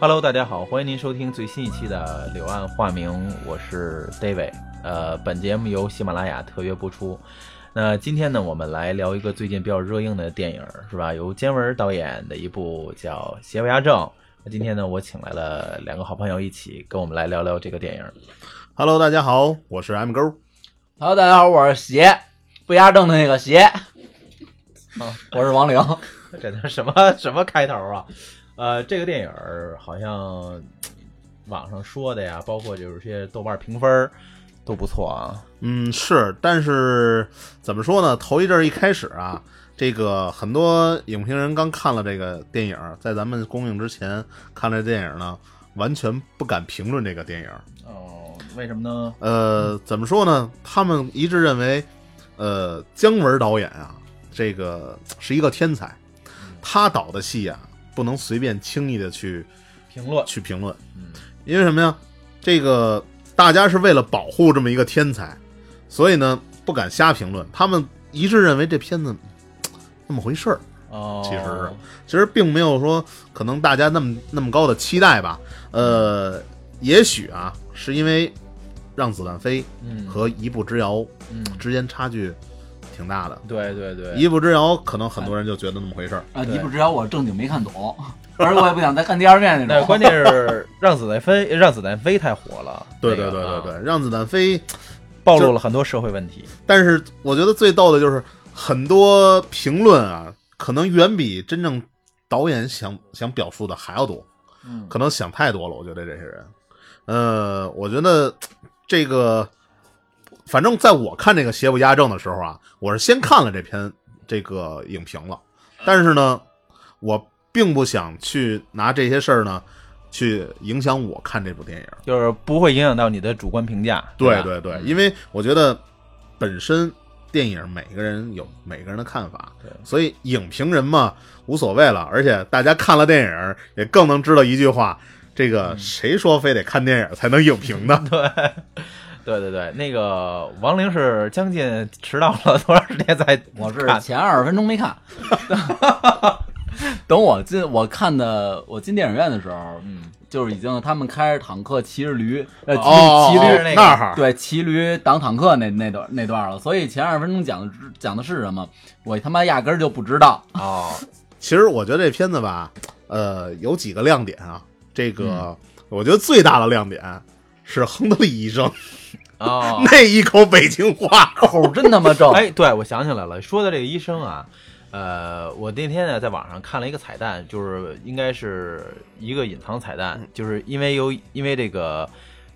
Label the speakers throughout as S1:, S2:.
S1: Hello，大家好，欢迎您收听最新一期的《柳暗花明》，我是 David。呃，本节目由喜马拉雅特约播出。那今天呢，我们来聊一个最近比较热映的电影，是吧？由姜文导演的一部叫《邪不压正》。那今天呢，我请来了两个好朋友一起跟我们来聊聊这个电影。
S2: Hello，大家好，我是 M 勾。
S3: Hello，大家好，我是邪不压正的那个邪，我是王玲。
S1: 这都是什么什么开头啊？呃，这个电影儿好像网上说的呀，包括就是些豆瓣评分儿都不错啊。
S2: 嗯，是，但是怎么说呢？头一阵儿一开始啊，这个很多影评人刚看了这个电影，在咱们公映之前看了这电影呢，完全不敢评论这个电影。
S1: 哦，为什么呢？
S2: 呃，怎么说呢？他们一致认为，呃，姜文导演啊，这个是一个天才，他导的戏啊，不能随便轻易的去
S1: 评论，
S2: 去评论。
S1: 嗯，
S2: 因为什么呀？这个大家是为了保护这么一个天才，所以呢不敢瞎评论。他们一致认为这片子嘖那么回事儿，
S1: 哦，
S2: 其实是其实并没有说可能大家那么那么高的期待吧。呃，也许啊，是因为《让子弹飞》
S1: 嗯
S2: 和《一步之遥》
S1: 嗯，
S2: 之间差距挺大的，
S1: 对对
S2: 《
S1: 对，
S2: 一步之遥》可能很多人就觉得那么回事儿。
S3: 啊，
S1: 对
S3: 你不知道我正经没看懂，而且我也不想再看第二遍那
S1: 那
S3: 种。
S1: 关键是 让子弹飞，让子弹飞太火了，
S2: 对
S1: 那个
S2: 对对对对，
S1: 啊
S2: 《让子弹飞》
S1: 暴露了很多社会问题。
S2: 但是我觉得最逗的就是很多评论啊，可能远比真正导演想想表述的还要多，
S1: 嗯
S2: 可能想太多了。我觉得这些人，呃，我觉得嘖这个，反正在我看这个《邪不压正》的时候啊，我是先看了这篇这个影评了，但是呢，我并不想去拿这些事儿呢去影响我看这部电影。
S1: 就是不会影响到你的主观评价，
S2: 对
S1: 吧嗯
S2: 对对，因为我觉得本身电影每个人有每个人的看法
S1: 对，
S2: 所以影评人嘛无所谓了，而且大家看了电影也更能知道一句话：这
S1: 嗯
S2: 个谁说非得看电影才能影评 呢？
S1: 对对对，那个王玲是将近迟到了多长时间才看？
S3: 我是前二十分钟没看， 等我进我看的我进电影院的时候，
S1: 嗯，
S3: 就是已经他们开着坦克骑着驴，呃，骑
S2: 哦，
S3: 骑
S1: 实
S3: 驴
S1: 是那个
S2: 那儿
S3: 对，骑驴挡坦克那那段那段了，所以前二十分钟讲的是讲的是什么，我他妈压根儿就不知道。
S1: 哦，
S2: 其实我觉得这片子吧，呃，有几个亮点啊。这
S1: 嗯
S2: 个我觉得最大的亮点是亨德利医生
S1: 哦，
S2: 那一口北京话，
S3: 口真他妈正，
S2: 哦
S1: 哎，对，我想起来了，说的这个医生啊，呃，我那天呢在网上看了一个彩蛋，就是应该是一个隐藏彩蛋，
S2: 嗯
S1: 就是因为有因为这个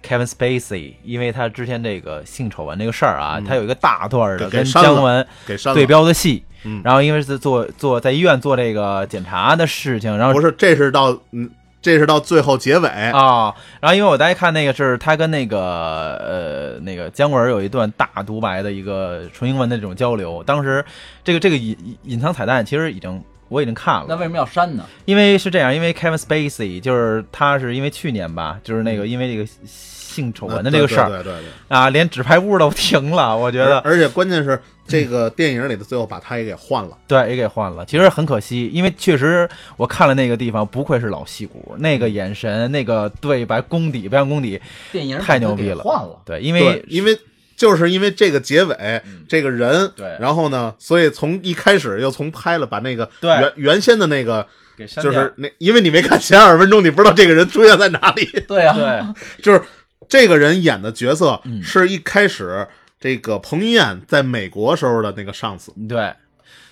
S1: Kevin Spacey，因为他之前这个性丑闻这个事儿啊，他有一个大段儿的
S2: 嗯给给
S1: 跟
S2: 删了
S1: 姜文
S2: 给删了。
S1: 对标的戏，
S2: 嗯
S1: 然后因为是做做在医院做这个检查的事情，然后
S2: 不是，这是到嗯，这是到最后结尾
S1: 啊、然后因为我大家看那个是他跟那个呃那个姜文儿有一段大独白的一个纯英文的这种交流，当时这个这个隐隐隐藏彩蛋其实已经我已经看
S3: 那
S1: 了，
S3: 为什么要删呢？
S1: 因为是这样，因为 Kevin Spacey 就是他是因为去年吧，就是那个因为这个性丑闻的这个事儿
S2: 对对对对。
S1: 啊，连纸牌屋都停了，我觉得
S2: 而而且关键是这个电影里的最后把他也给换了，
S1: 对也给换了，其实很可惜，因为确实我看了那个地方，不愧是老戏骨，那个眼神，那个对白功底，表演功底
S3: 电影
S1: 太牛逼了，
S3: 换了。
S1: 对，因为嗯
S2: 对，因为就是因为这个结尾，这个人，
S1: 对
S2: 然后呢，所以从一开始又重拍了，把那个
S1: 对
S2: 原原先的那个
S1: 给删
S2: 就
S1: 掉
S2: 是那，因为你没看前二十分钟，你不知道这个人出现在哪里，
S3: 对 啊，
S1: 对，
S2: 就是这个人演的角色
S1: 嗯
S2: 是一开始这个彭于晏在美国时候的那个上司，
S1: 对，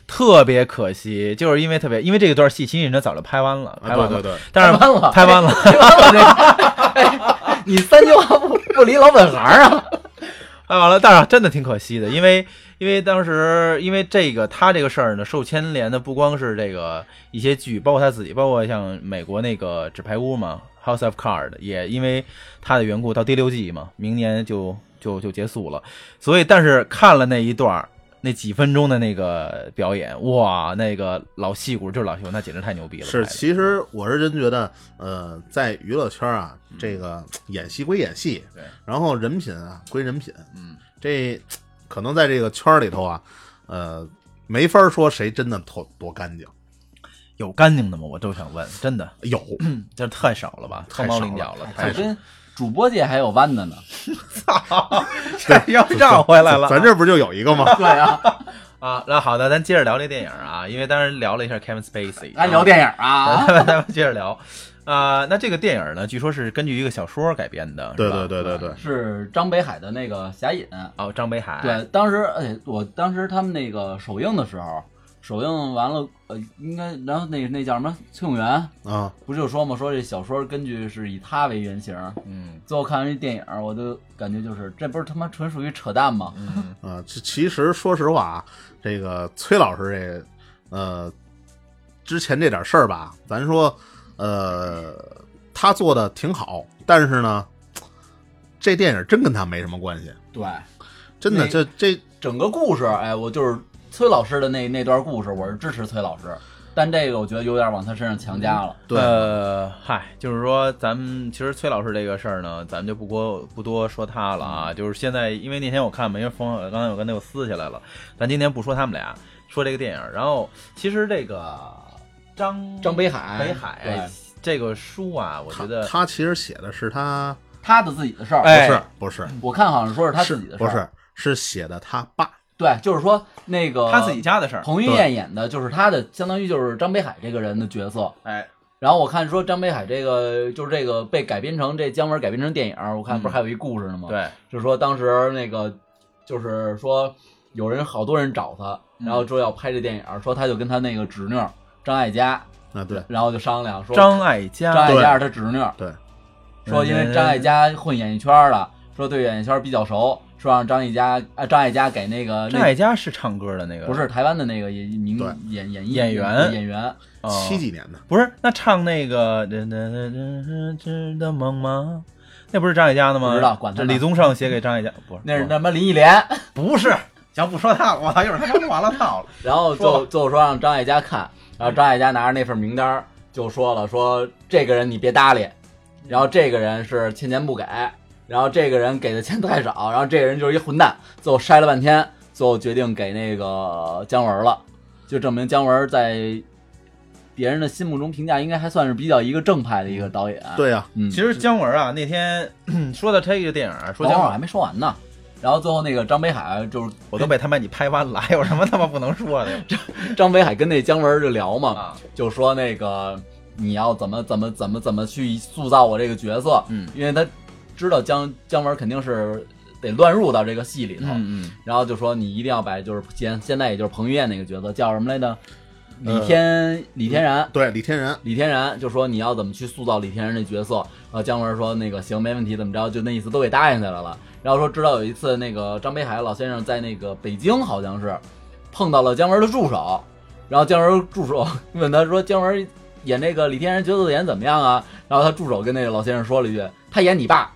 S1: 特别可惜，就是因为特别，因为这段戏其实人家早就拍完了，
S2: 啊
S1: 拍完了，
S2: 对对对
S1: 但是
S3: 拍完了
S1: 拍完了，
S3: 别问我这个哎 你三句话不不离老本行啊！
S1: 拍完了，但是真的挺可惜的，因为因为当时因为这个他这个事儿呢，受牵连的不光是这个一些剧，包括他自己，包括像美国那个纸牌屋嘛，《House of Cards》也因为他的缘故，到第六季嘛，明年就就就结束了，所以但是看了那一段儿。那几分钟的那个表演，哇，那个老戏骨就是老戏骨，那简直太牛逼了！
S2: 是，
S1: 拍的
S2: 其实我是真觉得，呃，在娱乐圈啊，这个演戏归演戏，
S1: 嗯对
S2: 然后人品啊归人品，
S1: 嗯，
S2: 这可能在这个圈儿里头啊，呃，没法说谁真的多多干净，
S1: 有干净的吗？我都想问，真的，
S2: 有，
S1: 这太少了吧，
S2: 太
S1: 凤毛
S2: 少了
S1: 麟角了，
S2: 太
S1: 太
S2: 少
S1: 少。
S3: 跟哎主播界还有弯的呢。
S1: 这要 绕回来了啊，
S2: 咱这不就有一 个吗？
S3: 对啊，
S1: 啊，那好的，咱接着聊这电影啊，因为当时聊了一下 Kevin Spacey，
S3: 咱聊电影啊，
S1: 咱们接着聊啊、那这个电影呢，据说是根据一个小说改编的，
S2: 对
S1: 是吧
S2: 对对对对，
S3: 是张北海的那个《侠隐》。
S1: 哦，张北海，
S3: 对，当时哎，我当时他们那个首映的时候，首映完了，呃，应该然后那那叫什么崔永元，
S2: 啊，
S3: 不是就说嘛，说这小说根据是以他为原型。
S1: 嗯
S3: 最后看完这电影，我就感觉就是这不是他妈纯属于扯淡吗？
S1: 嗯
S2: 啊，其其实说实话啊，这个崔老师这呃之前这点事儿吧，咱说呃他做的挺好，但是呢，这电影真跟他没什么关系，
S3: 对，
S2: 真的
S3: 那
S2: 这这
S3: 整个故事，哎，我就是崔老师的那那段故事，我是支持崔老师，但这个我觉得有点往他身上强加了。
S2: 对
S1: 呃，嗨，就是说，咱们其实崔老师这个事儿呢，咱们就不多不多说他了啊。
S3: 嗯
S1: 就是现在，因为那天我看嘛，因为冯刚才我跟他又撕起来了，咱今天不说他们俩，说这个电影。然后，其实这个张
S3: 张北海，
S1: 北海哎
S3: 对
S1: 这个书啊，我觉
S2: 他
S1: 得
S2: 他其实写的是他
S3: 他的自己的事儿，
S2: 不
S1: 哎
S2: 是不是
S3: 我看好像说是嗯他
S2: 是
S3: 自己的事
S2: 不
S3: 儿，
S2: 是是写的他爸，
S3: 对，就是说那个
S1: 他自己家的事儿。
S3: 彭于晏演的就是他的，相当于就是张北海这个人的角色。
S1: 哎，
S3: 然后我看说张北海这个就是这个被改编成这姜文改编成电影，我看不是还有一故事呢吗？，
S1: 嗯对，
S3: 就是说当时那个就是说有人好多人找他，然后说要拍这电影，说他就跟他那个侄女儿张艾嘉，
S2: 啊对
S3: 然后就商量说
S1: 张艾嘉，
S3: 张艾
S2: 对
S3: 嘉是他侄女儿，
S2: 对，
S3: 说因为张艾嘉混演艺圈了，说对演艺圈比较熟，说让张艾嘉啊张艾嘉给那个
S1: 张
S3: 那
S1: 艾嘉是唱歌的那个，
S3: 不是台湾的那个演名
S2: 对
S3: 演演艺
S1: 演员
S3: 演员，
S1: 哦
S2: 七几年的
S1: 不是，那唱那个《值得梦吗》，那不是张艾嘉的吗？
S3: 不知道管他
S1: 这
S3: 呢
S1: 李宗盛写给张艾嘉，不是，
S3: 那是那么林忆莲，
S1: 不是。行，不说他了，我操，一会儿他说完了套了。
S3: 然后
S1: 说
S3: 就就说让张艾嘉看，然后张艾嘉拿着那份名单儿就说了说这个人你别搭理，然后这个人是欠钱不给，然后这个人给的钱太少，然后这个人就是一混蛋，最后筛了半天，最后决定给那个姜文了，就证明姜文在别人的心目中评价应该还算是比较一个正派的一个导演。，
S2: 对呀、
S3: 嗯，
S1: 其实姜文啊，那天说到这个电影啊，说
S3: 等会
S1: 姜
S3: 儿我
S1: 文
S3: 还，没说完呢。然后最后那个张北海就是
S1: 我都被他妈你拍弯了，还有什么他妈不能说的呀？
S3: 张北海跟那姜文就聊嘛，
S1: 啊
S3: 就说那个你要怎么怎么怎么怎么去塑造我这个角色，
S1: 嗯
S3: 因为他知道姜姜文肯定是得乱入到这个戏里头，
S1: 嗯嗯，
S3: 然后就说你一定要把就是现现在也就是彭于晏那个角色叫什么来着？
S2: 呃
S3: 李天、李天然。
S2: 对李天然
S3: 李天然就说你要怎么去塑造李天然这角色，然后姜文说那个行没问题，怎么着就那意思都给答应下来了。然后说直到有一次那个张北海老先生在那个北京好像是碰到了姜文的助手，然后姜文助手问他说姜文演那个李天然角色演怎么样啊？然后他助手跟那个老先生说了一句他演你爸，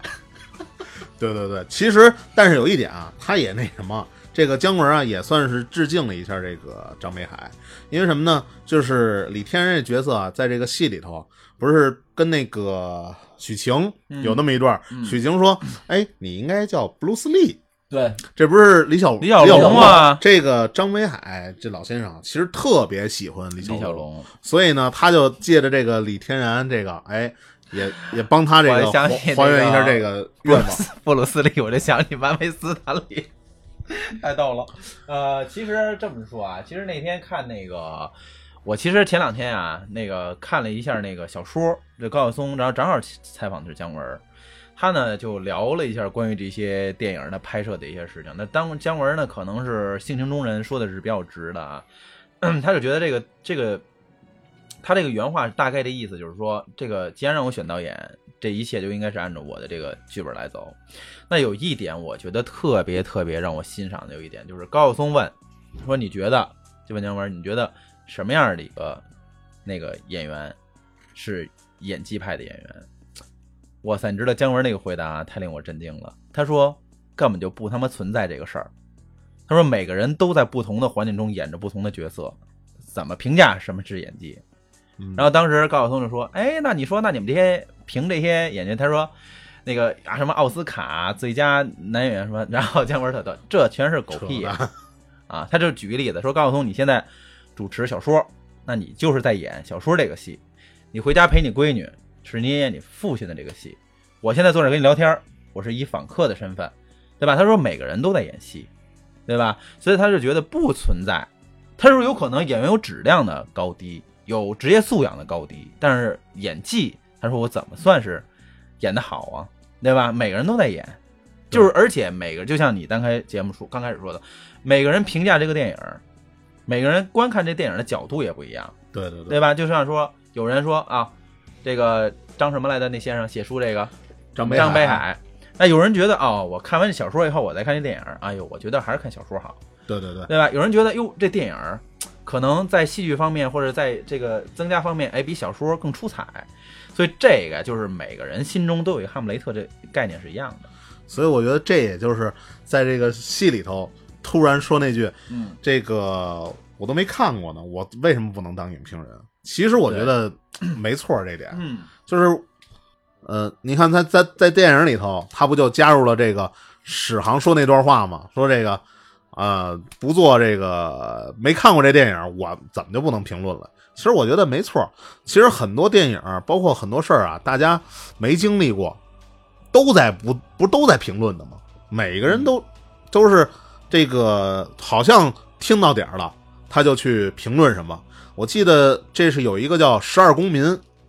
S2: 对对对，其实但是有一点啊，他也那什么，这个姜文啊也算是致敬了一下这个张北海，因为什么呢？就是李天然这角色啊，在这个戏里头不是跟那个许晴
S1: 嗯
S2: 有那么一段，许晴说：“哎，你应该叫布鲁斯利。”
S3: 对，
S2: 这不是李小
S1: 李小
S2: 龙
S1: 龙啊
S2: 这个张北海这老先生啊其实特别喜欢李小
S1: 李小龙，
S2: 所以呢，他就借着这个李天然这个，哎，也也帮他这个
S1: 我想起
S2: 还还原一下
S1: 那个
S2: 这个愿望。
S1: 布鲁 斯利，我就想起漫威斯坦利，太逗了。呃，其实这么说啊，其实那天看那个，我其实前两天啊，那个看了一下那个小说，这高晓松，然后正好采访的是姜文儿。他呢就聊了一下关于这些电影的拍摄的一些事情。那当姜文呢可能是性情中人，说的是比较直的啊， 他就觉得这个这个他这个原话大概的意思就是说，这个既然让我选导演，这一切就应该是按照我的这个剧本来走。那有一点，我觉得特别特别让我欣赏的有一点，就是高晓松问说：“你觉得，就问姜文，你觉得什么样的一个那个演员是演技派的演员？”哇塞，你知道姜文那个回答、太令我震惊了。他说根本就不他妈存在这个事儿。他说每个人都在不同的环境中演着不同的角色，怎么评价什么是演技？
S2: 嗯
S1: 然后当时高晓松就说：“哎，那你说，那你们这些评这些演员，他说那个啊什么奥斯卡最佳男演员什么，然后姜文特的这全是狗屁
S2: 扯淡
S1: 啊！他就举个例子说，高晓松你现在主持小说，那你就是在演小说这个戏。你回家陪你闺女，是你演你父亲的这个戏。我现在坐这儿跟你聊天儿，我是以访客的身份，对吧？他说每个人都在演戏，对吧？所以他就觉得不存在，他说有可能演员有质量的高低，有职业素养的高低，但是演技，他说我怎么算是演的好啊？对吧？每个人都在演，就是而且每个就像你刚开节目说刚开始说的，每个人评价这个电影儿，每个人观看这电影的角度也不一样。
S2: 对对对，
S1: 对吧？就像说有人说啊，这个张什么来的那先生写书这个
S2: 张
S1: 北张海，那有人觉得哦，我看完这小说以后，我再看这电影，哎呦，我觉得还是看小说好，
S2: 对对对，
S1: 对吧？有人觉得哟，这电影可能在戏剧方面或者在这个增加方面，哎，比小说更出彩。所以这个就是每个人心中都有一个哈姆雷特这概念是一样的。
S2: 所以我觉得这也就是在这个戏里头突然说那句
S1: 嗯，
S2: 这个我都没看过呢，我为什么不能当影评人？其实我觉得没错，这点
S1: 嗯，
S2: 就是，呃，你看他在在电影里头，他不就加入了这个史航说那段话吗？说这个，呃，不做这个没看过这电影，我怎么就不能评论了？其实我觉得没错。其实很多电影，包括很多事儿啊，大家没经历过，都在不不都在评论的吗？每个人都都是这个，好像听到点儿了，他就去评论什么。我记得这是有一个叫《十二公民》，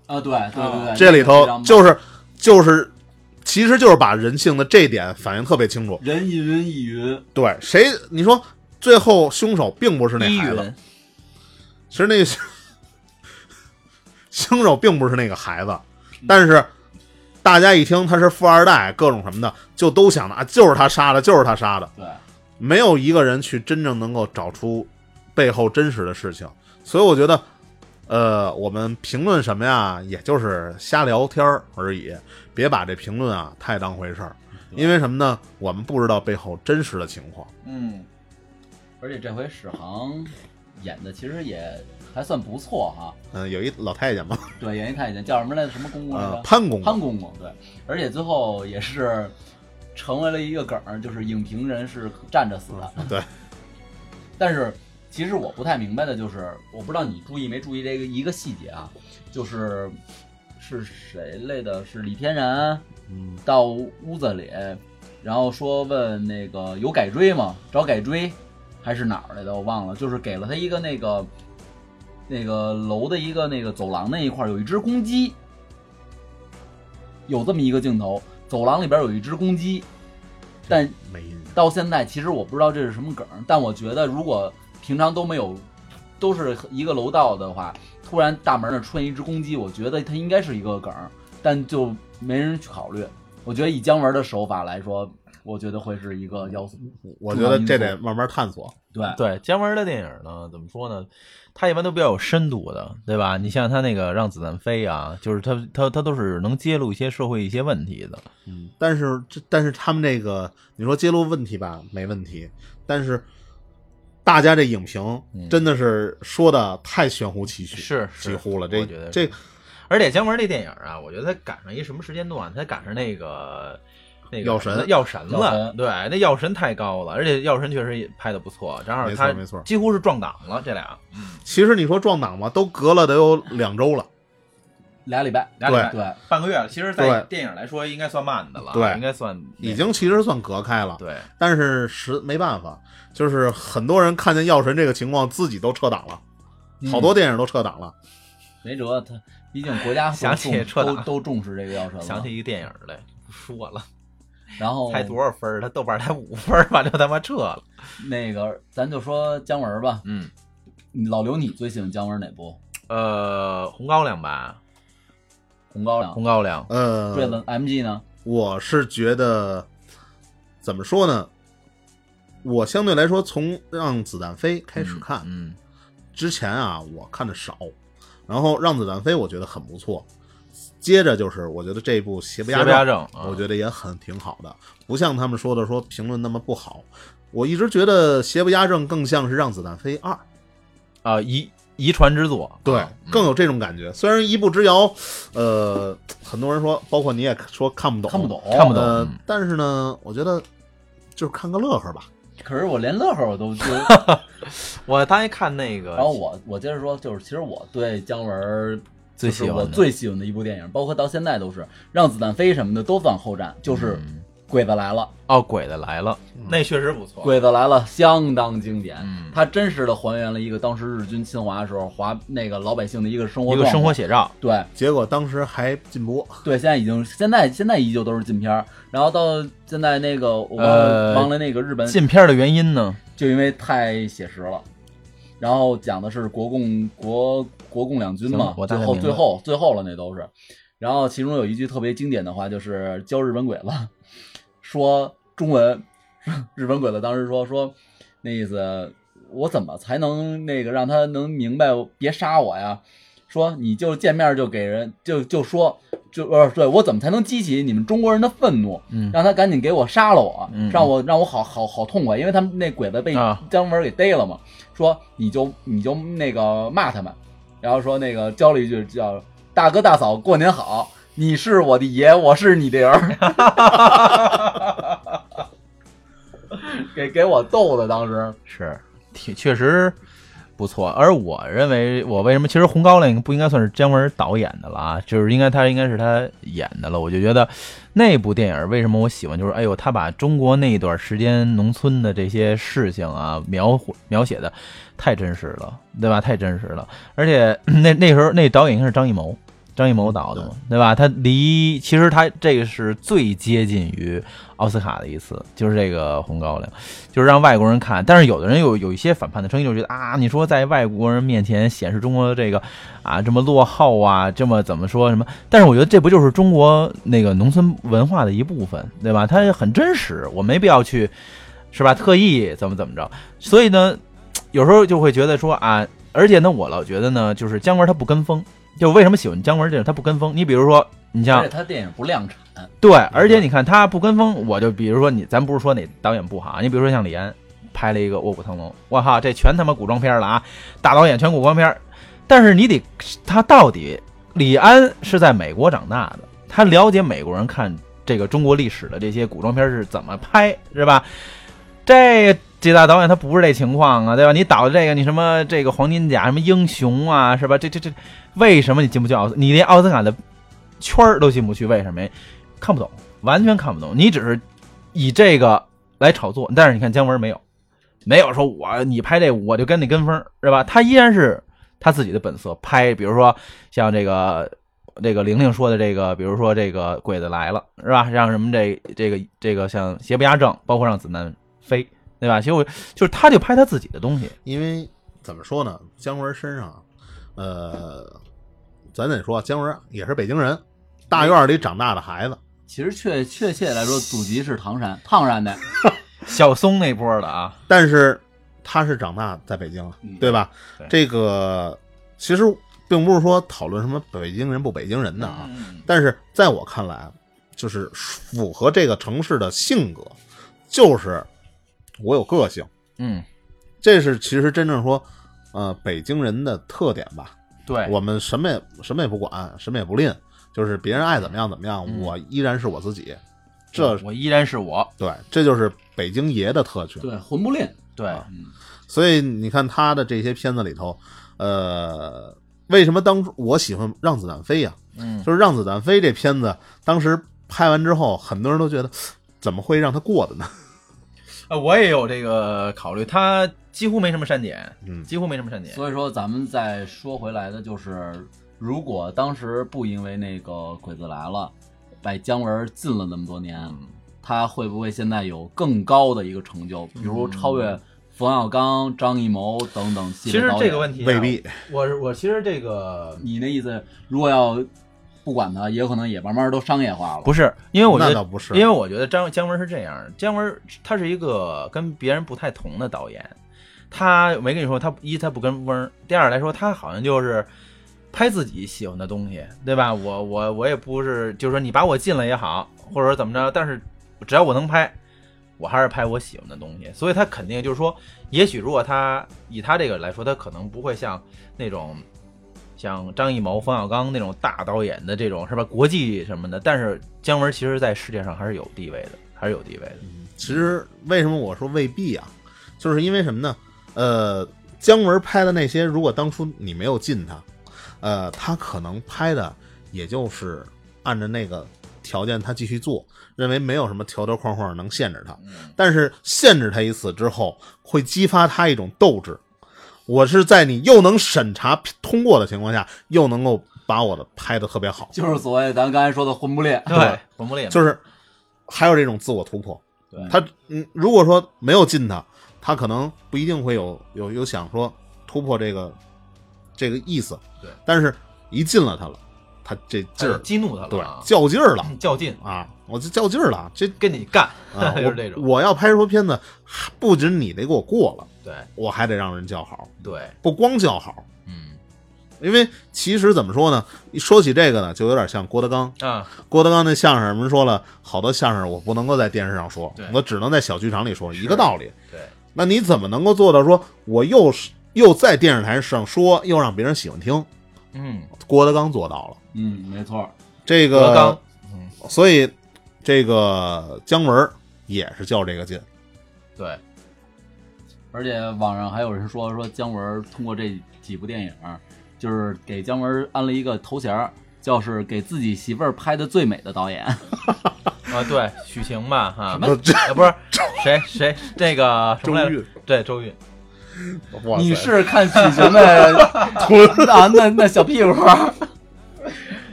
S3: 啊，对对对对，
S2: 这里
S3: 非
S2: 头
S3: 常棒
S2: 就是就是，其实就是把人性的这点反映特别清楚。
S3: 人亦云亦云，
S2: 对，谁你说最后凶手并不是那
S1: 依
S2: 孩子，
S1: 云，
S2: 其实那个 凶手并不是那个孩子，但是大家一听他是富二代，各种什么的，就都想到啊，就是他杀的，就是他杀的，
S3: 对，
S2: 没有一个人去真正能够找出背后真实的事情。所以我觉得，呃，我们评论什么呀，也就是瞎聊天儿而已，别把这评论啊太当回事儿。因为什么呢？我们不知道背后真实的情况。
S1: 嗯，
S3: 而且这回史航演的其实也还算不错哈，
S2: 嗯、有一老太监 嘛，
S3: 对，演一太监叫什么来着？什么公公来
S2: 呃，
S3: 着？
S2: 潘公公
S3: 潘公公，对，而且最后也是成为了一个梗儿，就是影评人是站着死的。
S2: 嗯对，
S3: 但是其实我不太明白的就是，我不知道你注意没注意这个一个细节啊，就是是谁来的？是李天然
S2: 嗯，
S3: 到屋子里，然后说问那个有改锥吗？找改锥还是哪儿来的？我忘了，就是给了他一个那个那个楼的一个那个走廊那一块儿有一只公鸡，有这么一个镜头，走廊里边有一只公鸡，但
S2: 没印象。
S3: 到现在，其实我不知道这是什么梗儿，但我觉得如果平常都没有，都是一个楼道的话，突然大门那儿出现一只公鸡，我觉得它应该是一个梗儿，但就没人去考虑。我觉得以姜文的手法来说，我觉得会是一个要素。
S2: 我觉得这得慢慢探索。
S3: 对，
S1: 对姜文的电影呢，怎么说呢？他一般都比较有深度的，对吧？你像他那个《让子弹飞》啊，就是他他他都是能揭露一些社会一些问题的。
S2: 嗯，但是这但是他们这个，你说揭露问题吧，没问题，但是大家这影评
S1: 嗯
S2: 真的是说的太玄乎其虚，
S1: 是是
S2: 几乎了。
S1: 我
S2: 这
S1: 觉得是
S2: 这
S1: 而且姜文这电影啊，我觉得他赶上一什么时间段？他赶上那个那个
S2: 药神
S1: 药神
S3: 药
S1: 了。
S3: 神
S1: 对，那药神太高了，而且药神确实也拍的不错，正好
S2: 没错
S1: 他
S2: 没错
S1: 几乎是撞档了这俩。
S2: 其实你说撞档吧，都隔了得有两周了。
S3: 俩礼拜，
S1: 俩礼拜
S3: 对，
S1: 半个月了，其实，在
S2: 对
S1: 电影来说应该算慢的了，
S2: 对
S1: 应该算
S2: 已经其实算隔开了，
S1: 对，
S2: 但是实没办法，就是很多人看见药神这个情况，自己都撤档了，
S1: 嗯
S2: 好多电影都撤档了。
S3: 没辙，他毕竟国家
S1: 想起
S3: 都重
S1: 撤档
S3: 都都重视 这个药神了。
S1: 想起一个电影来，不说了，
S3: 然后
S1: 才多少分儿？他豆瓣才五分儿吧，就他妈撤了。
S3: 那个，咱就说姜文吧。
S1: 嗯，
S3: 老刘，你最喜欢姜文哪部？
S1: 呃，红高粱吧，
S3: 红高粱
S1: 红。高粱，
S3: 坠
S2: 呃，
S3: 子 MG 呢？
S2: 我是觉得怎么说呢？我相对来说从《让子弹飞》开始看，
S1: 嗯，
S2: 之前啊我看的少，然后《让子弹飞》我觉得很不错，接着就是我觉得这部《邪不
S1: 邪
S2: 压
S1: 不
S2: 正
S1: 压》正，啊
S2: 我觉得也很挺好的，不像他们说的说评论那么不好。我一直觉得《邪不压正》更像是《让子弹飞二》，
S1: 啊遗遗传之作，
S2: 对
S1: 啊，
S2: 更有这种感觉。虽然一步之遥，呃，很多人说，包括你也说看不懂，
S3: 看不懂，
S1: 看不懂
S2: 呃
S1: 嗯，
S2: 但是呢，我觉得就是看个乐呵吧。
S3: 可是我连乐呵我都 就，
S4: 我当时看那个，
S3: 然后我我接着说，就是其实我对姜文儿
S1: 最
S3: 就是
S1: 喜欢
S3: 我
S1: 的
S3: 最喜欢的一部电影，包括到现在都是《让子弹飞》什么的都放后站，就是《
S1: 嗯
S3: 鬼子来了》
S4: 哦，鬼的来了，
S2: 嗯
S1: 那确实不错。
S3: 鬼子来了》相当经典
S1: 嗯，
S3: 它真实的还原了一个当时日军侵华的时候华那个老百姓的一个生活
S1: 一个
S3: 状
S1: 生活
S3: 况
S1: 写照，
S3: 对
S2: 结果当时还禁播，
S3: 对，现在已经现在现在依旧都是禁片儿，然后到现在那个我忘
S1: 呃
S3: 了忘了那个日本
S1: 禁片的原因呢？
S3: 就因为太写实了。然后讲的是国共国国共两军
S1: 行
S3: 嘛
S1: 了，我大
S3: 最
S1: 概
S3: 后
S1: 明白
S3: 最后最后了那都是。然后其中有一句特别经典的话，就是教日本鬼子 说中文，日本鬼子当时说说那意思，我怎么才能那个让他能明白别杀我呀？说你就见面就给人就就说就呃对我怎么才能激起你们中国人的愤怒？
S1: 嗯
S3: 让他赶紧给我杀了我，
S1: 嗯
S3: 让我让我好好好痛快，因为他们那鬼子被
S1: 啊
S3: 姜文给逮了嘛，说你就你就那个骂他们，然后说那个教了一句叫大哥大嫂过年好，你是我的爷，我是你的儿， 给给我逗的当时，
S1: 是，挺确实不错。而我认为，我为什么其实《红高粱》不应该算是姜文导演的了啊？就是应该他应该是他演的了。我就觉得那部电影为什么我喜欢，就是哎呦，他把中国那一段时间农村的这些事情啊，描绘描写的太真实了，对吧？太真实了。而且那那时候那导演应该是张艺谋。张艺谋导的嘛，嗯对吧？他离其实他这个是最接近于奥斯卡的一次，就是这个《红高粱》。就是让外国人看。但是有的人有有一些反叛的声音，就觉得啊，你说在外国人面前显示中国这个啊这么落后啊，这么怎么说什么？但是我觉得这不就是中国那个农村文化的一部分，对吧？它很真实，我没必要去是吧？特意怎么怎么着？所以呢，有时候就会觉得说啊，而且呢，我老觉得呢，就是姜文他不跟风。就为什么喜欢姜文这种，他不跟风。你比如说，你像
S3: 而且他电影不量产，
S1: 对，而且你看他不跟风，我就比如说你，咱不是说哪导演不好啊，你比如说像李安拍了一个《卧虎藏龙》，我靠，这全他妈古装片了啊！大导演全古装片儿，但是你得他到底李安是在美国长大的，他了解美国人看这个中国历史的这些古装片是怎么拍，是吧？这几大导演他不是这情况啊，对吧？你导这个你什么这个黄金甲什么英雄啊，是吧？这这这为什么你进不去奥斯？你连奥斯卡的圈儿都进不去，为什么呀？看不懂，完全看不懂。你只是以这个来炒作，但是你看姜文没有，没有说我你拍这我就跟你跟风儿，是吧？他依然是他自己的本色拍，比如说像这个这个玲玲说的这个，比如说这个鬼子来了，是吧？让什么这这个这个像邪不压正，包括让子弹飞，对吧？其实我就是他就拍他自己的东西，
S2: 因为怎么说呢，姜文身上，呃，咱得说姜文也是北京人，大院里长大的孩子，
S3: 其实确确切来说，祖籍是唐山，唐山的，
S1: 小松那波的啊，
S2: 但是他是长大在北京啊
S3: 嗯，
S2: 对吧？
S1: 对
S2: 这个其实并不是说讨论什么北京人不北京人的
S3: 嗯
S2: 啊，但是在我看来，就是符合这个城市的性格，就是我有个性，
S1: 嗯，
S2: 这是其实真正说，呃，北京人的特点吧。
S1: 对，
S2: 我们什么也什么也不管，什么也不吝，就是别人爱怎么样怎么
S1: 嗯
S2: 样，我依然是我自己。这
S1: 我依然是我，
S2: 对，这就是北京爷的特质。
S3: 对，魂不吝，
S1: 对，
S2: 啊所以你看他的这些片子里头，呃，为什么当初我喜欢《让子弹飞》呀？
S1: 嗯，
S2: 就是《让子弹飞》这片子，当时拍完之后，很多人都觉得怎么会让它过的呢？
S1: 呃，我也有这个考虑，他几乎没什么删减，
S2: 嗯
S1: 几乎没什么删减。
S3: 所以说，咱们再说回来的，就是如果当时不因为那个《鬼子来了》，把姜文禁了那么多年，他会不会现在有更高的一个成就，比如超越冯小刚、张艺谋等等系
S1: 其
S3: 列
S1: 实
S3: 导演？
S1: 这个问题啊
S2: 未必，
S1: 我是我其实这个
S3: 你那意思，如果要不管他，也有可能也慢慢都商业化了。
S1: 不是，因为我觉
S2: 那
S1: 得
S2: 倒不是
S1: 因为我觉得张姜文是这样，姜文他是一个跟别人不太同的导演，他没跟你说他一他不跟风儿，第二来说他好像就是拍自己喜欢的东西，对吧？我我我也不是，就是说你把我禁了也好，或者说怎么着，但是只要我能拍，我还是拍我喜欢的东西，所以他肯定就是说，也许如果他以他这个来说，他可能不会像那种像张艺谋、冯小刚那种大导演的这种是吧，国际什么的，但是姜文其实在世界上还是有地位的，还是有地位的。
S2: 嗯其实为什么我说未必啊，就是因为什么呢？呃，姜文拍的那些，如果当初你没有进他，呃，他可能拍的也就是按着那个条件他继续做，认为没有什么条条框框能限制他。但是限制他一次之后，会激发他一种斗志。我是在你又能审查通过的情况下，又能够把我的拍的特别好，
S3: 就是所谓咱刚才说的魂不吝，
S1: 对，魂不吝嘛，
S2: 就是还有这种自我突破。
S1: 对
S2: 他嗯，如果说没有进他，他可能不一定会有有有想说突破这个这个意思。
S1: 对，
S2: 但是一进了他了，他这劲
S1: 就是
S2: 儿，
S1: 激怒他
S2: 对
S1: 了啊，，
S2: 较劲儿了
S1: 较劲，
S2: 啊！我就较劲儿了，这
S1: 跟你干，，
S2: 啊
S1: 就是这种，
S2: 我我要拍出片子，不仅你得给我过了，
S1: 对
S2: 我还得让人叫好，
S1: 对，
S2: 不光叫好。
S1: 嗯
S2: 因为其实怎么说呢？一说起这个呢，就有点像郭德纲。
S1: 啊，
S2: 郭德纲那相声，人说了好多相声，我不能够在电视上说
S1: 对，
S2: 我只能在小剧场里说，一个道理。
S1: 对，
S2: 那你怎么能够做到说我又是又在电视台上说，又让别人喜欢听？
S1: 嗯，
S2: 郭德纲做到了
S3: 嗯，没错，
S2: 这
S1: 郭德纲
S2: 个，，所以这个姜文儿也是较这个劲。
S1: 对，
S3: 而且网上还有人说说姜文通过这几部电影，就是给姜文安了一个头衔儿，叫是给自己媳妇儿拍的最美的导演。
S1: 啊，对，许晴吧，哈，
S2: 呃 这
S1: 啊，不是谁谁那个什么来着
S2: 周韵？
S1: 对，周韵，
S2: 哇塞
S3: 你是看许 晴的臀 啊，那那小屁股。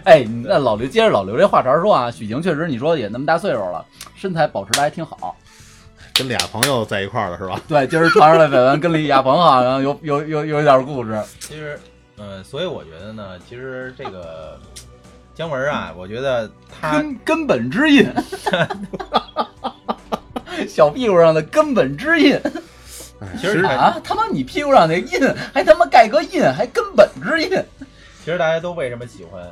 S3: 哎，那老刘接着老刘这话茬儿说啊，许晴确实你说也那么大岁数了，身材保持的还挺好。
S2: 跟俩朋友在一块儿的 是吧？
S3: 对，今儿传出来绯闻跟李亚鹏好像有有有有一点故事。
S1: 其实，嗯，所以我觉得呢，其实这个姜文啊，我觉得他
S3: 根根本之 印，小屁股上的根本之印
S2: 哎
S1: 其实他
S3: 啊！他妈你屁股上那印还他妈盖个印，还根本之印，
S1: 其实大家都为什么喜欢，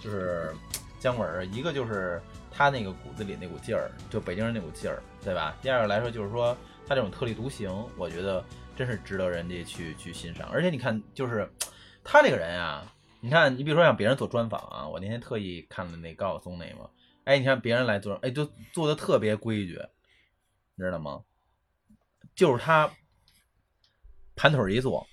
S1: 就是姜文儿，一个就是他那个骨子里那股劲儿，就北京人那股劲儿，对吧？第二个来说就是说他这种特立独行，我觉得真是值得人家去去欣赏。而且你看，就是他这个人啊，你看，你比如说像别人做专访啊，我那天特意看了那高晓松那嘛，哎，你看别人来做，哎，就做的特别规矩，你知道吗？就是他盘腿儿一坐，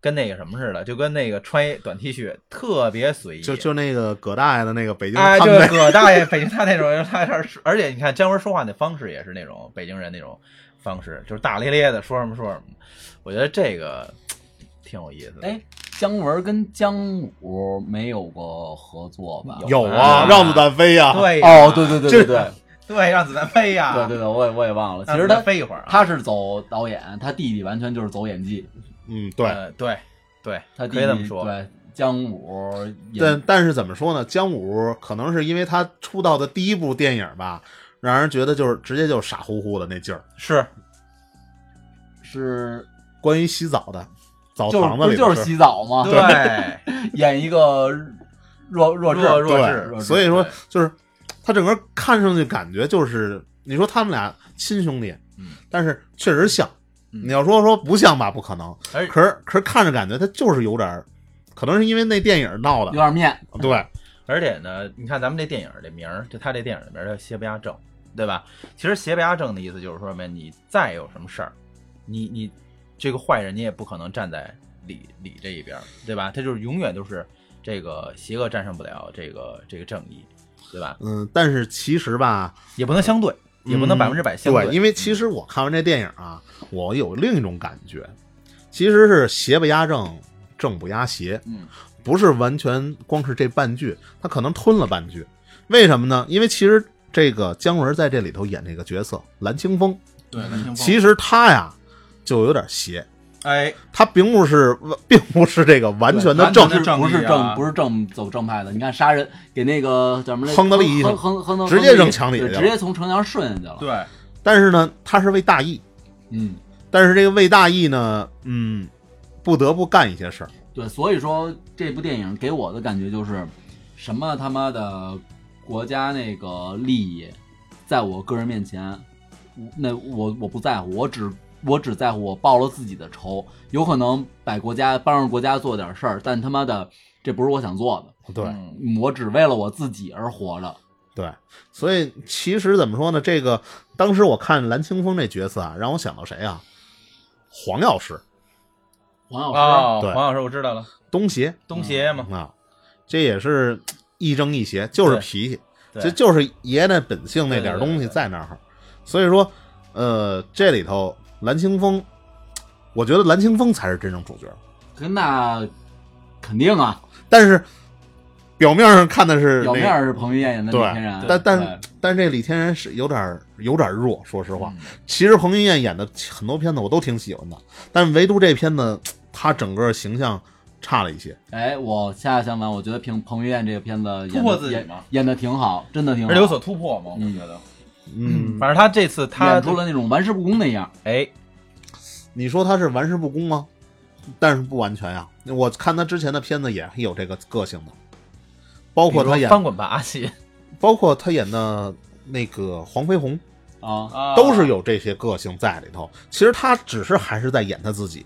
S1: 跟那个什么似的，就跟那个穿一短 T 恤，特别随意。
S2: 就就那个葛大爷的那个北京
S1: 哎，
S2: 他
S1: 就
S2: 们
S1: 是
S2: 那
S1: 葛大爷，北京他那种，他那是，而且你看姜文说话那方式也是那种北京人那种方式，就是大咧咧的说什么说什么。我觉得这个挺有意思的。
S3: 哎，姜文跟姜武没有过合作吧？
S2: 有
S1: 啊
S2: 啊，让子弹飞呀，
S1: 对呀
S3: 哦，对对对对对对
S1: 对，让子弹飞呀，
S3: 对对，对，我也我也忘了。其实
S1: 让子弹
S3: 他
S1: 飞一会儿啊，
S3: 他是走导演，他弟弟完全就是走演技，
S2: 嗯，对。
S1: 呃对对，
S3: 他弟
S1: 可
S3: 弟
S1: 以这么说，
S3: 对姜武演
S2: 但但是怎么说呢？姜武可能是因为他出道的第一部电影吧，让人觉得就是直接就是傻乎乎的那劲儿。
S1: 是
S3: 是
S2: 关于洗澡的澡
S3: 就是
S2: 堂子
S3: 不
S2: 里的
S3: 就是
S2: 事儿
S3: 洗澡吗？
S1: 对，
S3: 演一个弱弱智
S1: 弱弱
S2: 对
S1: 智，
S3: 智
S2: 所以说
S1: 对
S2: 就是他整个看上去感觉就是，你说他们俩亲兄弟，
S1: 嗯
S2: 但是确实像。
S1: 嗯
S2: 你要说说不像吧，不可能。
S1: 而
S2: 可是可是看着感觉他就是有点儿，可能是因为那电影闹
S3: 有
S2: 的。
S3: 点面，
S2: 对，
S1: 而且呢，你看咱们这电影儿这名儿，就他这电影儿的名儿叫《邪不压正》，对吧？其实“邪不压正”的意思就是说什么？你再有什么事儿，你你这个坏人，你也不可能站在理理这一边儿，对吧？他就是永远都是这个邪恶战胜不了这个这个正义，对吧？
S2: 嗯，但是其实吧，
S1: 也不能相对，也不能
S2: 嗯
S1: 百分之百相
S2: 对，因
S1: 为
S2: 为其实我看完这电影啊，我有另一种感觉，其实是邪不压正，正不压邪，
S3: 嗯，
S2: 不是完全光是这半句，他可能吞了半句，为什么呢？因为其实这个姜文在这里头演这个角色蓝清风，
S1: 对，
S2: 其实他呀就有点邪，
S1: 哎，
S2: 他并不是 并不是这个完全的
S1: 完全
S2: 正
S1: 的，正义啊
S3: 不是正不是正走正派的。你看杀人给那个叫什么来着
S2: 亨德利一
S3: 亨亨亨德
S2: 直接
S3: 亨德利
S2: 扔墙里
S3: 对
S2: 去了
S3: 直接从城墙顺下去了。，
S1: 对，
S2: 但是呢，他是为大义，
S3: 嗯，
S2: 但是这个为大义呢，嗯，不得不干一些事儿，
S3: 对，所以说这部电影给我的感觉就是，什么他妈的国家那个利益，在我个人面前，那我我不在乎，我只我只在乎我报了自己的仇，有可能把国家帮着国家做点事儿，但他妈的这不是我想做的，
S2: 对。
S1: 嗯
S3: 我只为了我自己而活着。
S2: 对，所以其实怎么说呢？这个当时我看蓝清风这角色啊，让我想到谁啊？黄药师
S3: 黄老师，
S1: 哦，
S2: 对
S1: 黄老师，我知道了，
S2: 东邪
S1: 东邪嘛，
S2: 啊，这也是亦正亦邪，就是
S1: 对
S2: 脾气，
S1: 对
S2: 这就是爷那本性那
S1: 对
S2: 点
S1: 对对
S2: 东西
S1: 对
S2: 在那儿。所以说，呃，这里头蓝清风，我觉得蓝清风才是真正主角。
S3: 可那肯定啊，
S2: 但是表面上看的是
S3: 表
S2: 那
S3: 面是彭于晏演的李
S2: 对
S3: 天然，啊
S2: 但但
S3: 对
S2: 但这李天然是有点儿有点儿弱，说实话。
S1: 嗯
S2: 其实彭于晏演的很多片子我都挺喜欢的，但唯独这片子他整个形象差了一些。
S3: 哎，我恰恰相反，我觉得彭彭于晏这个片子演
S1: 突破
S3: 得
S1: 自己
S3: 演
S1: 嘛
S3: 演的挺好，真的挺好，
S1: 而有所突破嘛，我觉
S3: 嗯
S1: 得，
S2: 嗯，
S1: 反正他这次他
S3: 演出了那种玩世不恭那样，
S1: 哎，
S2: 你说他是玩世不恭吗？但是不完全呀、我看他之前的片子也有这个个性的，包
S1: 包
S2: 括他演，
S1: 翻滚吧阿信，
S2: 包括他演的那个黄飞鸿，
S3: 啊，
S2: 都是有这些个性在里头。其实他只是还是在演他自己，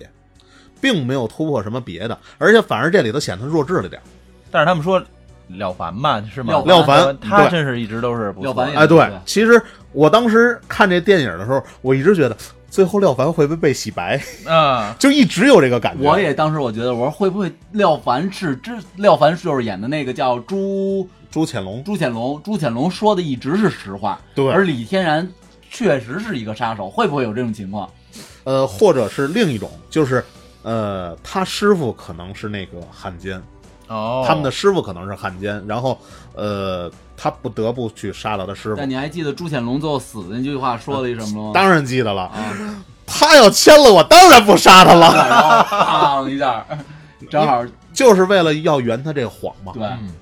S2: 并没有突破什么别的，而且反而这里头显得弱智了点儿。
S1: 但是他们说了凡吧，是吗？
S3: 廖
S2: 凡廖凡
S1: 他
S2: 对
S1: 真是一直都是不错啊
S3: 廖凡也
S2: 哎，对
S3: 对，
S2: 其实我当时看这电影的时候，我一直觉得最后廖凡会不会被洗白，
S1: 啊，
S2: 就一直有这个感觉。
S3: 我也当时我觉得，我说会不会廖凡是之廖凡就是演的那个叫朱
S2: 朱潜龙，
S3: 朱潜龙，朱潜龙说的一直是实话，
S2: 对
S3: 而李天然确实是一个杀手，会不会有这种情况？
S2: 呃，或者是另一种，就是呃，他师傅可能是那个汉奸，
S1: 哦，
S2: 他们的师傅可能是汉奸，然后呃，他不得不去杀了他师傅
S3: 但。你还记得朱潜龙最后死的那句话说了一什么吗？
S2: 当然记得了，
S3: 啊，
S2: 他要签了我，当然不杀他了，
S3: 然后 砰一下，正好
S2: 就是为了要圆他这个谎嘛。
S3: 对，
S1: 嗯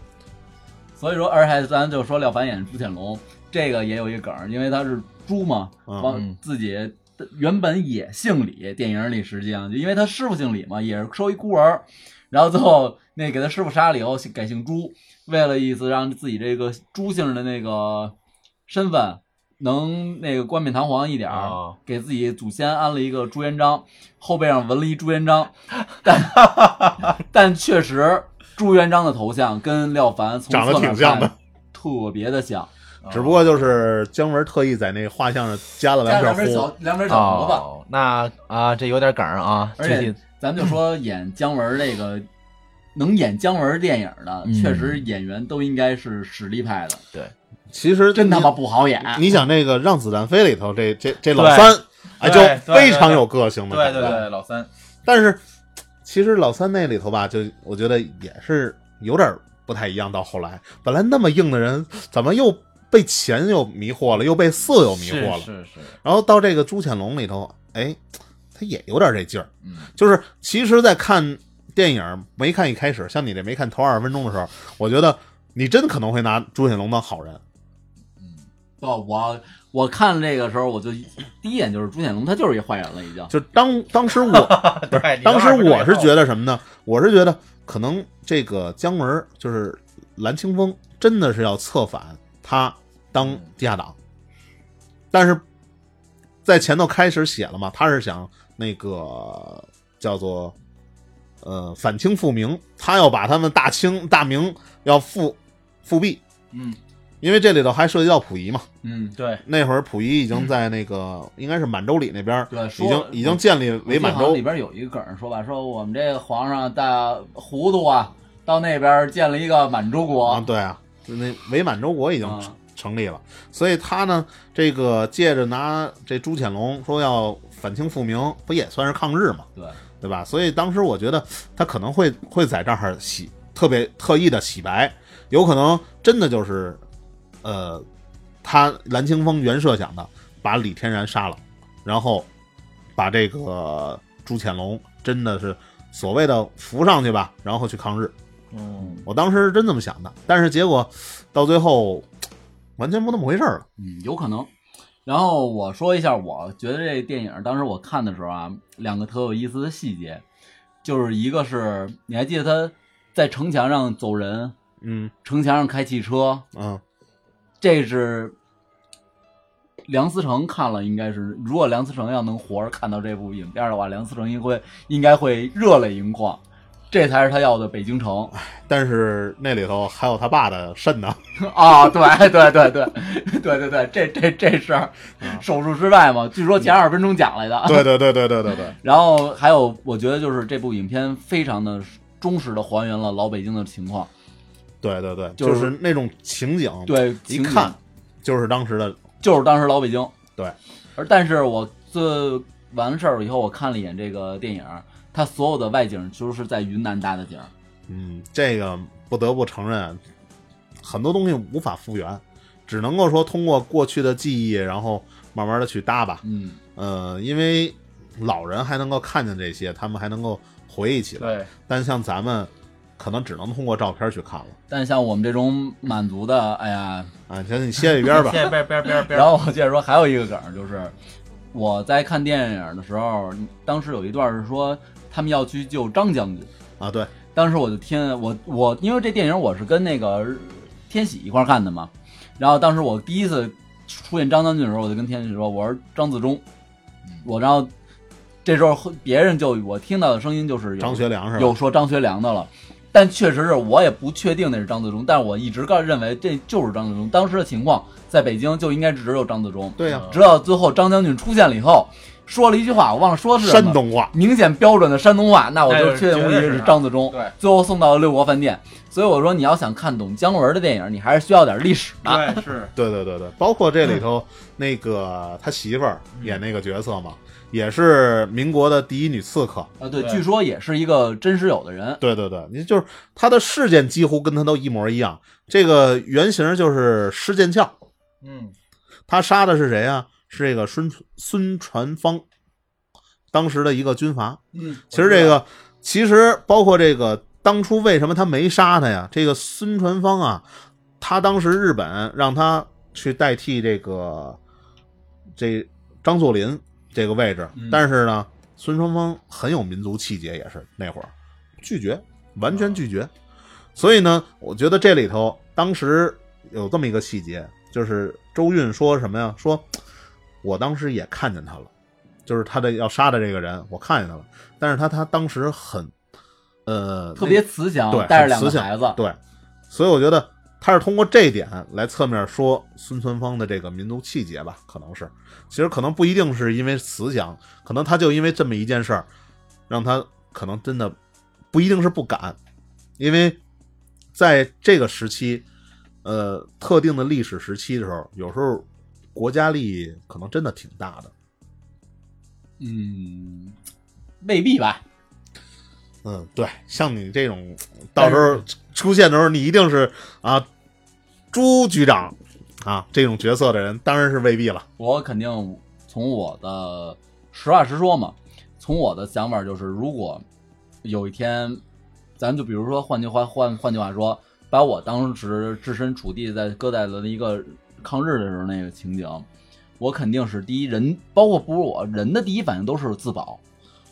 S3: 所以说，而且咱就说廖凡演朱潜龙，这个也有一梗儿，因为他是猪嘛，
S2: 嗯
S3: 往自己原本也姓李，电影里实际上就因为他师傅姓李嘛，也是收一孤儿，然后最后那给他师傅杀了以后改姓朱，为了意思让自己这个朱姓的那个身份能那个冠冕堂皇一点儿，
S4: 哦
S3: 给自己祖先安了一个朱元璋，后背上纹了一朱元璋，但但确实朱元璋的头像跟廖凡从
S2: 长得
S3: 侧面
S2: 挺像的
S3: 看，特别的像，
S1: 哦
S2: 只不过就是姜文特意在那画像上加了
S3: 加
S2: 两
S3: 两
S2: 片
S3: 根
S2: 胡
S3: 小，两根小头发。
S4: 哦，那啊，这有点梗儿啊，
S3: 而
S4: 具
S3: 且
S4: 体
S3: 咱们就说演姜文这个，能演姜文电影的，
S4: 嗯
S3: 确实演员都应该是实力派的，
S2: 其实
S3: 真他妈
S2: 你
S3: 不好演。
S2: 你想那个《让子弹飞》里头这这这老
S1: 啊对
S2: 三，哎，就
S1: 对对
S2: 非常有个性的
S1: 对
S2: 感觉。
S1: 对对，老三，
S2: 但是其实老三那里头吧，就我觉得也是有点不太一样。到后来，本来那么硬的人，怎么又被钱又迷惑了，又被色又迷惑了？
S1: 是是是，
S2: 然后到这个朱潜龙里头，哎，他也有点这劲儿。
S1: 嗯，
S2: 就是其实，在看电影没看一开始，像你这没看头二十分钟的时候，我觉得你真可能会拿朱潜龙当好人。
S3: 不，哦我我看这个时候，我就第一眼就是朱显龙，他就是一坏人了，已经。
S2: 就当当时我
S1: 不
S3: 哎
S1: 是
S2: 当时我是觉
S1: 得
S2: 得什么呢？我是觉得可能这个姜文儿就是蓝清风，真的是要策反他当地下党，但是在前头开始写了嘛，他是想那个叫做呃反清复明，他要把他们大清大明要复复辟，
S3: 嗯
S2: 因为这里头还涉及到溥仪嘛，
S3: 嗯，
S1: 对，
S2: 那会儿溥仪已经在那个、应该是满洲里那边儿
S3: 对，
S2: 已
S3: 说
S2: 经已经建立为满
S3: 我记得好像
S2: 洲
S3: 里边有一个梗儿说吧，说我们这个皇上大糊涂啊，到那边建了一个满洲国。
S2: 啊，对啊，那伪满洲国已经
S3: 啊
S2: 成成立了，所以他呢，这个借着拿这朱潜龙说要反清复明，不也算是抗日嘛，
S3: 对，
S2: 对吧？所以当时我觉得他可能会会在这儿洗特别特意的洗白，有可能真的就是，呃，他蓝清风原设想的把李天然杀了，然后把这个朱潜龙真的是所谓的扶上去吧，然后去抗日。
S1: 嗯，
S2: 我当时是真这么想的，但是结果到最后完全不那么回事儿了。
S3: 嗯，有可能。然后我说一下，我觉得这电影当时我看的时候啊，两个特有意思的细节，就是一个是你还记得他在城墙上走人，
S2: 嗯
S3: 城墙上开汽车，
S2: 嗯，
S3: 这是梁思成看了，应该是如果梁思成要能活着看到这部影片的话，梁思成应会应该会热泪盈眶。这才是他要的北京城
S2: 但是那里头还有他爸的肾呢，
S3: 啊、对对对对对对对，这这这事儿，手术失败嘛，据说前二十分钟讲来的。
S2: 啊对对对对对对对，
S3: 然后还有，我觉得就是这部影片非常的忠实的还原了老北京的情况，
S2: 对对对，
S3: 就是
S2: 就是那种情景，，
S3: 对，
S2: 一
S3: 情景
S2: 看就是当时的，
S3: 就是当时老北京。
S2: 对，
S3: 而但是我这完事儿以后，我看了一眼这个电影，它所有的外景就是在云南搭的景儿，
S2: 嗯，这个不得不承认，很多东西无法复原，只能够说通过过去的记忆，然后慢慢的去搭吧，
S3: 嗯，
S2: 呃，因为老人还能够看见这些，他们还能够回忆起来，
S1: 对，
S2: 但像咱们可能只能通过照片去看了。
S3: 但像我们这种满族的，哎呀，
S2: 啊，先你歇一 边吧。
S1: 现在边边边边，
S3: 然后我接着说，还有一个梗儿就是，我在看电影的时候，当时有一段是说他们要去救张将军，
S2: 啊，对，
S3: 当时我就天我我因为这电影我是跟那个天喜一块儿看的嘛，然后当时我第一次出现张将军的时候，我就跟天喜说我是张自忠，
S2: 嗯
S3: 我然后这时候别人就我听到的声音就是有
S2: 张学良是吧？
S3: 有说张学良的了。但确实是我也不确定那是张自忠，但是我一直个认为这就是张自忠。当时的情况，在北京就应该只有张自忠。
S2: 对呀、
S1: 嗯
S3: 直到最后张将军出现了以后，说了一句话，我忘了说是什么
S2: 山东话，哎
S3: 明显标准的山东话，那我就确定无疑是张自忠。
S1: 对，
S3: 最后送到了六国饭店。所以我说，你要想看懂姜文的电影，你还是需要点历史的。
S2: 啊
S1: 对是，
S2: 对对对对，包括这里头、那个他媳妇儿演那个角色嘛，也是民国的第一女刺客。
S3: 啊，对，
S1: 对
S3: 据说也是一个真实有的人。
S2: 对对对，你就是他的事件几乎跟他都一模一样。这个原型就是施剑翘，
S1: 嗯，
S2: 他杀的是谁啊？是这个孙孙传芳，当时的一个军阀。
S1: 嗯，
S2: 其实这个，其实包括这个，当初为什么他没杀他呀？这个孙传芳啊，他当时日本让他去代替这个这张作霖这个位置，
S3: 嗯
S2: 但是呢，孙传芳很有民族气节，也是那会儿拒绝，完全拒绝。所以呢，我觉得这里头当时有这么一个细节，就是周韵说什么呀？说我当时也看见他了，就是他的要杀的这个人，我看见他了，但是他他当时很呃
S3: 特别慈祥
S2: 对，，
S3: 带着两
S2: 很
S3: 个
S2: 慈祥
S3: 孩子，
S2: 对，所以我觉得他是通过这一点来侧面说孙传芳的这个民族气节吧，可能是，其实可能不一定是因为慈祥，可能他就因为这么一件事儿，让他可能真的不一定是不敢，因为在这个时期，呃，特定的历史时期的时候，有时候国家利益可能真的挺大的，
S3: 嗯，未必吧？
S2: 嗯，对，像你这种，到时候出现的时候，你一定是啊，朱局长啊这种角色的人，当然是未必了。
S3: 我肯定从我的实话实说嘛，从我的想法就是，如果有一天，咱就比如说，换句话换换句话说，把我当时置身处地在搁在了一个抗日的时候那个情景，我肯定是第一人，包括不是我人的第一反应都是自保，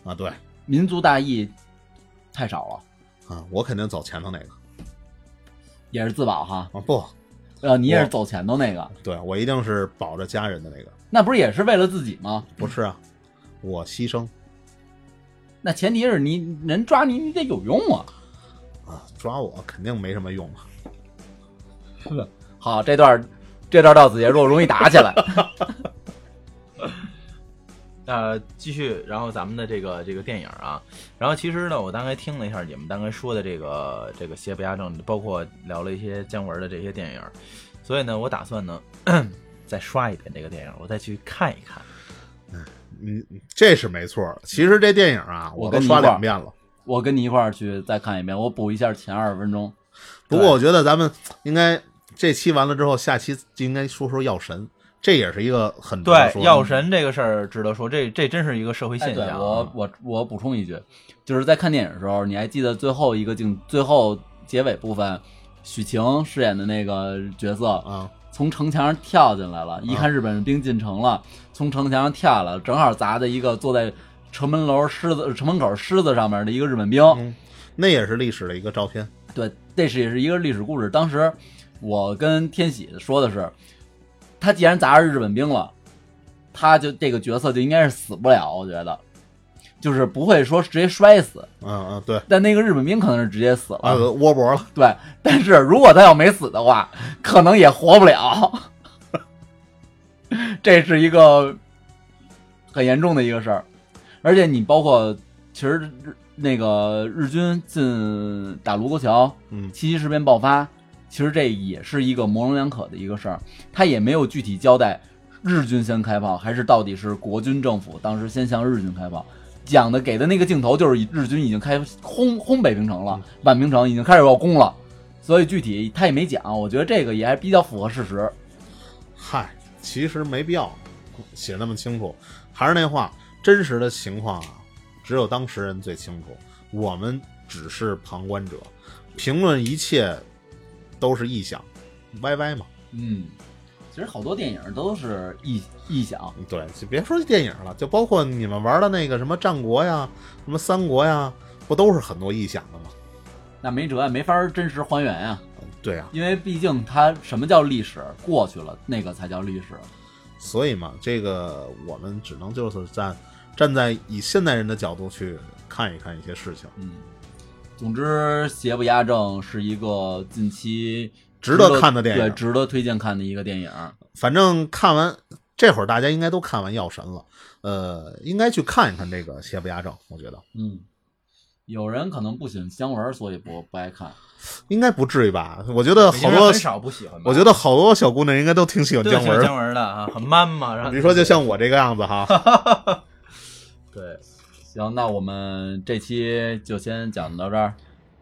S2: 啊，对
S3: 民族大义太少了，
S2: 啊，我肯定走前头那个
S3: 也是自保哈。
S2: 啊，不
S3: 呃，你也是
S2: 我
S3: 走前头那个，
S2: 对，我一定是保着家人的那个，
S3: 那不是也是为了自己吗？
S2: 不是啊，我牺牲
S3: 那前提是你人抓你，你得有用啊。
S2: 啊，抓我肯定没什么用啊。
S3: 好，这段这段到此结束，容易打起来。
S1: 呃，继续，然后咱们的这个这个电影啊，然后其实呢，我大概听了一下你们大概说的这个这个邪不压正，包括聊了一些姜文的这些电影，所以呢，我打算呢 再刷一遍这个电影，我再去看一看。
S2: 嗯，这是没错儿。其实这电影啊，
S3: 我
S2: 都
S3: 跟你
S2: 刷
S3: 一块儿
S2: 两遍了。
S3: 我跟你一块儿去再看一遍，我补一下前二十分钟。
S2: 不过我觉得咱们应该这期完了之后，下期就应该说说药神，这也是一个很值得
S1: 对
S2: 说，的
S1: 药神这个事儿值得说，这这真是一个社会
S3: 哎，
S1: 现
S3: 对
S1: 象啊。
S3: 我我我补充一句，就是在看电影的时候，你还记得最后一个镜，最后结尾部分，许晴饰演的那个角色
S2: 啊。
S3: 从城墙上跳进来了，一看日本兵进城了，从城墙上跳下来了，正好砸在一个坐在城门楼狮子城门口狮子上面的一个日本兵。
S2: 嗯，那也是历史的一个照片。
S3: 对，这是也是一个历史故事。当时我跟天喜说的是，他既然砸着日本兵了，他就这个角色就应该是死不了，我觉得。就是不会说直接摔死，
S2: 嗯嗯，对，
S3: 但那个日本兵可能是直接死了。
S2: 啊，窝脖了，
S3: 对，但是如果他要没死的话，可能也活不了。 这是一个很严重的一个事儿，而且你包括其实日那个日军进打卢沟桥，
S2: 嗯
S3: 七七事变爆发，其实这也是一个模棱两可的一个事儿，他也没有具体交代日军先开炮，还是到底是国军政府当时先向日军开炮。讲的给的那个镜头就是以日军已经开轰轰北平城了，
S2: 嗯
S3: 宛平城已经开始要攻了，所以具体他也没讲，我觉得这个也还比较符合事实。
S2: 嗨，其实没必要写那么清楚。还是那话，真实的情况啊，只有当事人最清楚，我们只是旁观者，评论一切都是臆想，歪歪嘛。
S3: 嗯，其实好多电影都是臆臆想，
S2: 对，就别说电影了，就包括你们玩的那个什么战国呀、什么三国呀，不都是很多臆想的吗？
S3: 那没辙，没法真实还原啊。
S2: 对呀、
S3: 因为毕竟它什么叫历史过去了，那个才叫历史。
S2: 所以嘛，这个我们只能就是站站在以现代人的角度去看一看一些事情，
S3: 嗯，总之，邪不压正是一个近期
S2: 值得看的电影
S3: 对，值得推荐看的一个电影。
S2: 反正看完这会儿，大家应该都看完《药神》了，呃，应该去看一看这个《邪不压正》，我觉得
S3: 嗯，有人可能不喜欢姜文，所以不不爱看。
S2: 应该不至于吧？我觉得
S1: 北
S2: 好
S1: 京人
S2: 多
S1: 很，少不喜欢吧，
S2: 我觉得好多小姑娘应该都挺喜欢
S1: 对
S2: 姜文
S1: 喜欢
S2: 的。
S1: 姜文的啊，很 man 嘛。然后
S2: 你说就像我这个样子哈，
S1: 对，
S3: 行，那我们这期就先讲到这儿，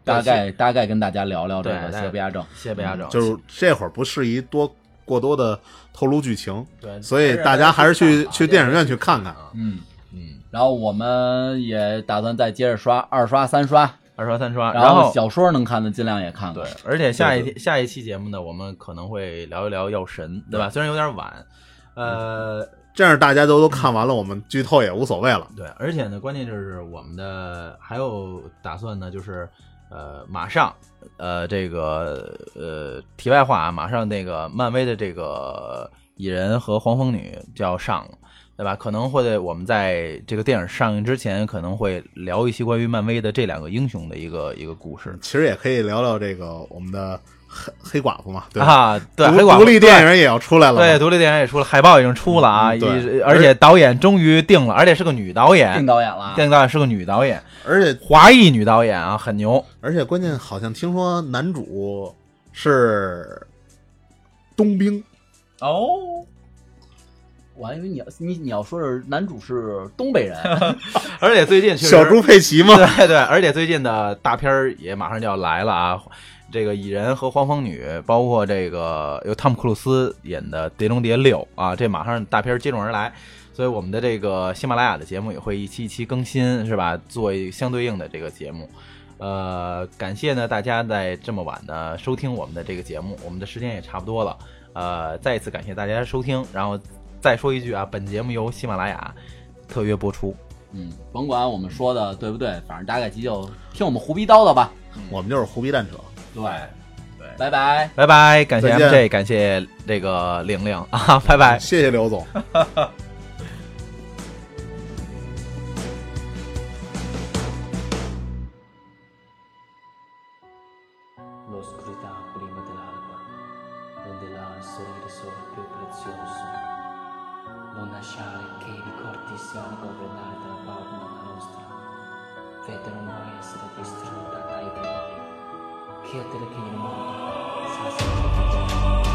S1: 对
S3: 大概大概跟大家聊聊这
S1: 对
S3: 个
S1: 大
S3: 邪不压正。
S1: 谢谢不压轴，
S2: 就是这会儿不适宜多过多的透露剧情，
S1: 对，
S2: 所以大家还是去去电影院去看看。
S1: 啊，
S3: 嗯，
S1: 嗯，
S3: 然后我们也打算再接着刷二刷三刷，
S1: 二刷三刷，
S3: 然
S1: 啊然
S3: 后小说能看的尽量也看看。
S1: 对，而且下一下一期节目呢，我们可能会聊一聊药神，对吧？虽然有点晚，呃，
S2: 这样大家都都看完了，我们剧透也无所谓了。
S1: 对，而且呢，关键就是我们的还有打算呢，就是呃，马上呃，这个呃，题外话啊，马上那个漫威的这个蚁人和黄蜂女就要上了。对吧？可能会在我们在这个电影上映之前，可能会聊一些关于漫威的这两个英雄的一个一个故事
S2: 其实也可以聊聊这个我们的黑黑寡妇嘛，对吧？
S1: 啊。对，
S2: 独
S1: 黑寡妇
S2: 独立电影也要出来了嘛，
S1: 对，独立电影也出了，海报已经出了啊，
S2: 嗯对
S1: 一而且导演终于定了，而且是个女导演
S3: 定，导演了，
S1: 电影导演是个女导演，
S2: 而且
S1: 华裔女导演啊，很牛。
S2: 而且关键好像听说男主是冬兵，
S3: 哦，我还以为你要你你要说是男主是 东北人，
S1: 而且最近确实
S2: 小猪佩奇嘛，
S1: 对对，而且最近的大片儿也马上就要来了啊。这个蚁人和黄蜂女，包括这个由汤姆·克鲁斯演的《碟中谍六》啊，这马上大片儿接踵而来，所以我们的这个喜马拉雅的节目也会一期一期更新，是吧？做一相对应的这个节目。呃，感谢呢大家在这么晚呢收听我们的这个节目，我们的时间也差不多了。呃，再一次感谢大家收听，然后再说一句啊，本节目由喜马拉雅特约播出。
S3: 嗯，甭管我们说的对不对，反正大概其就听我们胡逼叨叨吧。
S2: 我们就是胡逼蛋扯。
S3: 对，
S1: 对
S3: 拜拜。
S1: 拜拜，感谢
S2: 再见
S1: MJ，感谢这个玲玲啊，拜拜。
S2: 谢谢刘总。
S5: L'oscurità prima dell'alba renderà il sorriso più prezioso. Non lasciare che i ricordi siano governati dalla paura nostra. Vedere noi essere distrutti dai demoni. Chiedere che il mondo sia sempre già.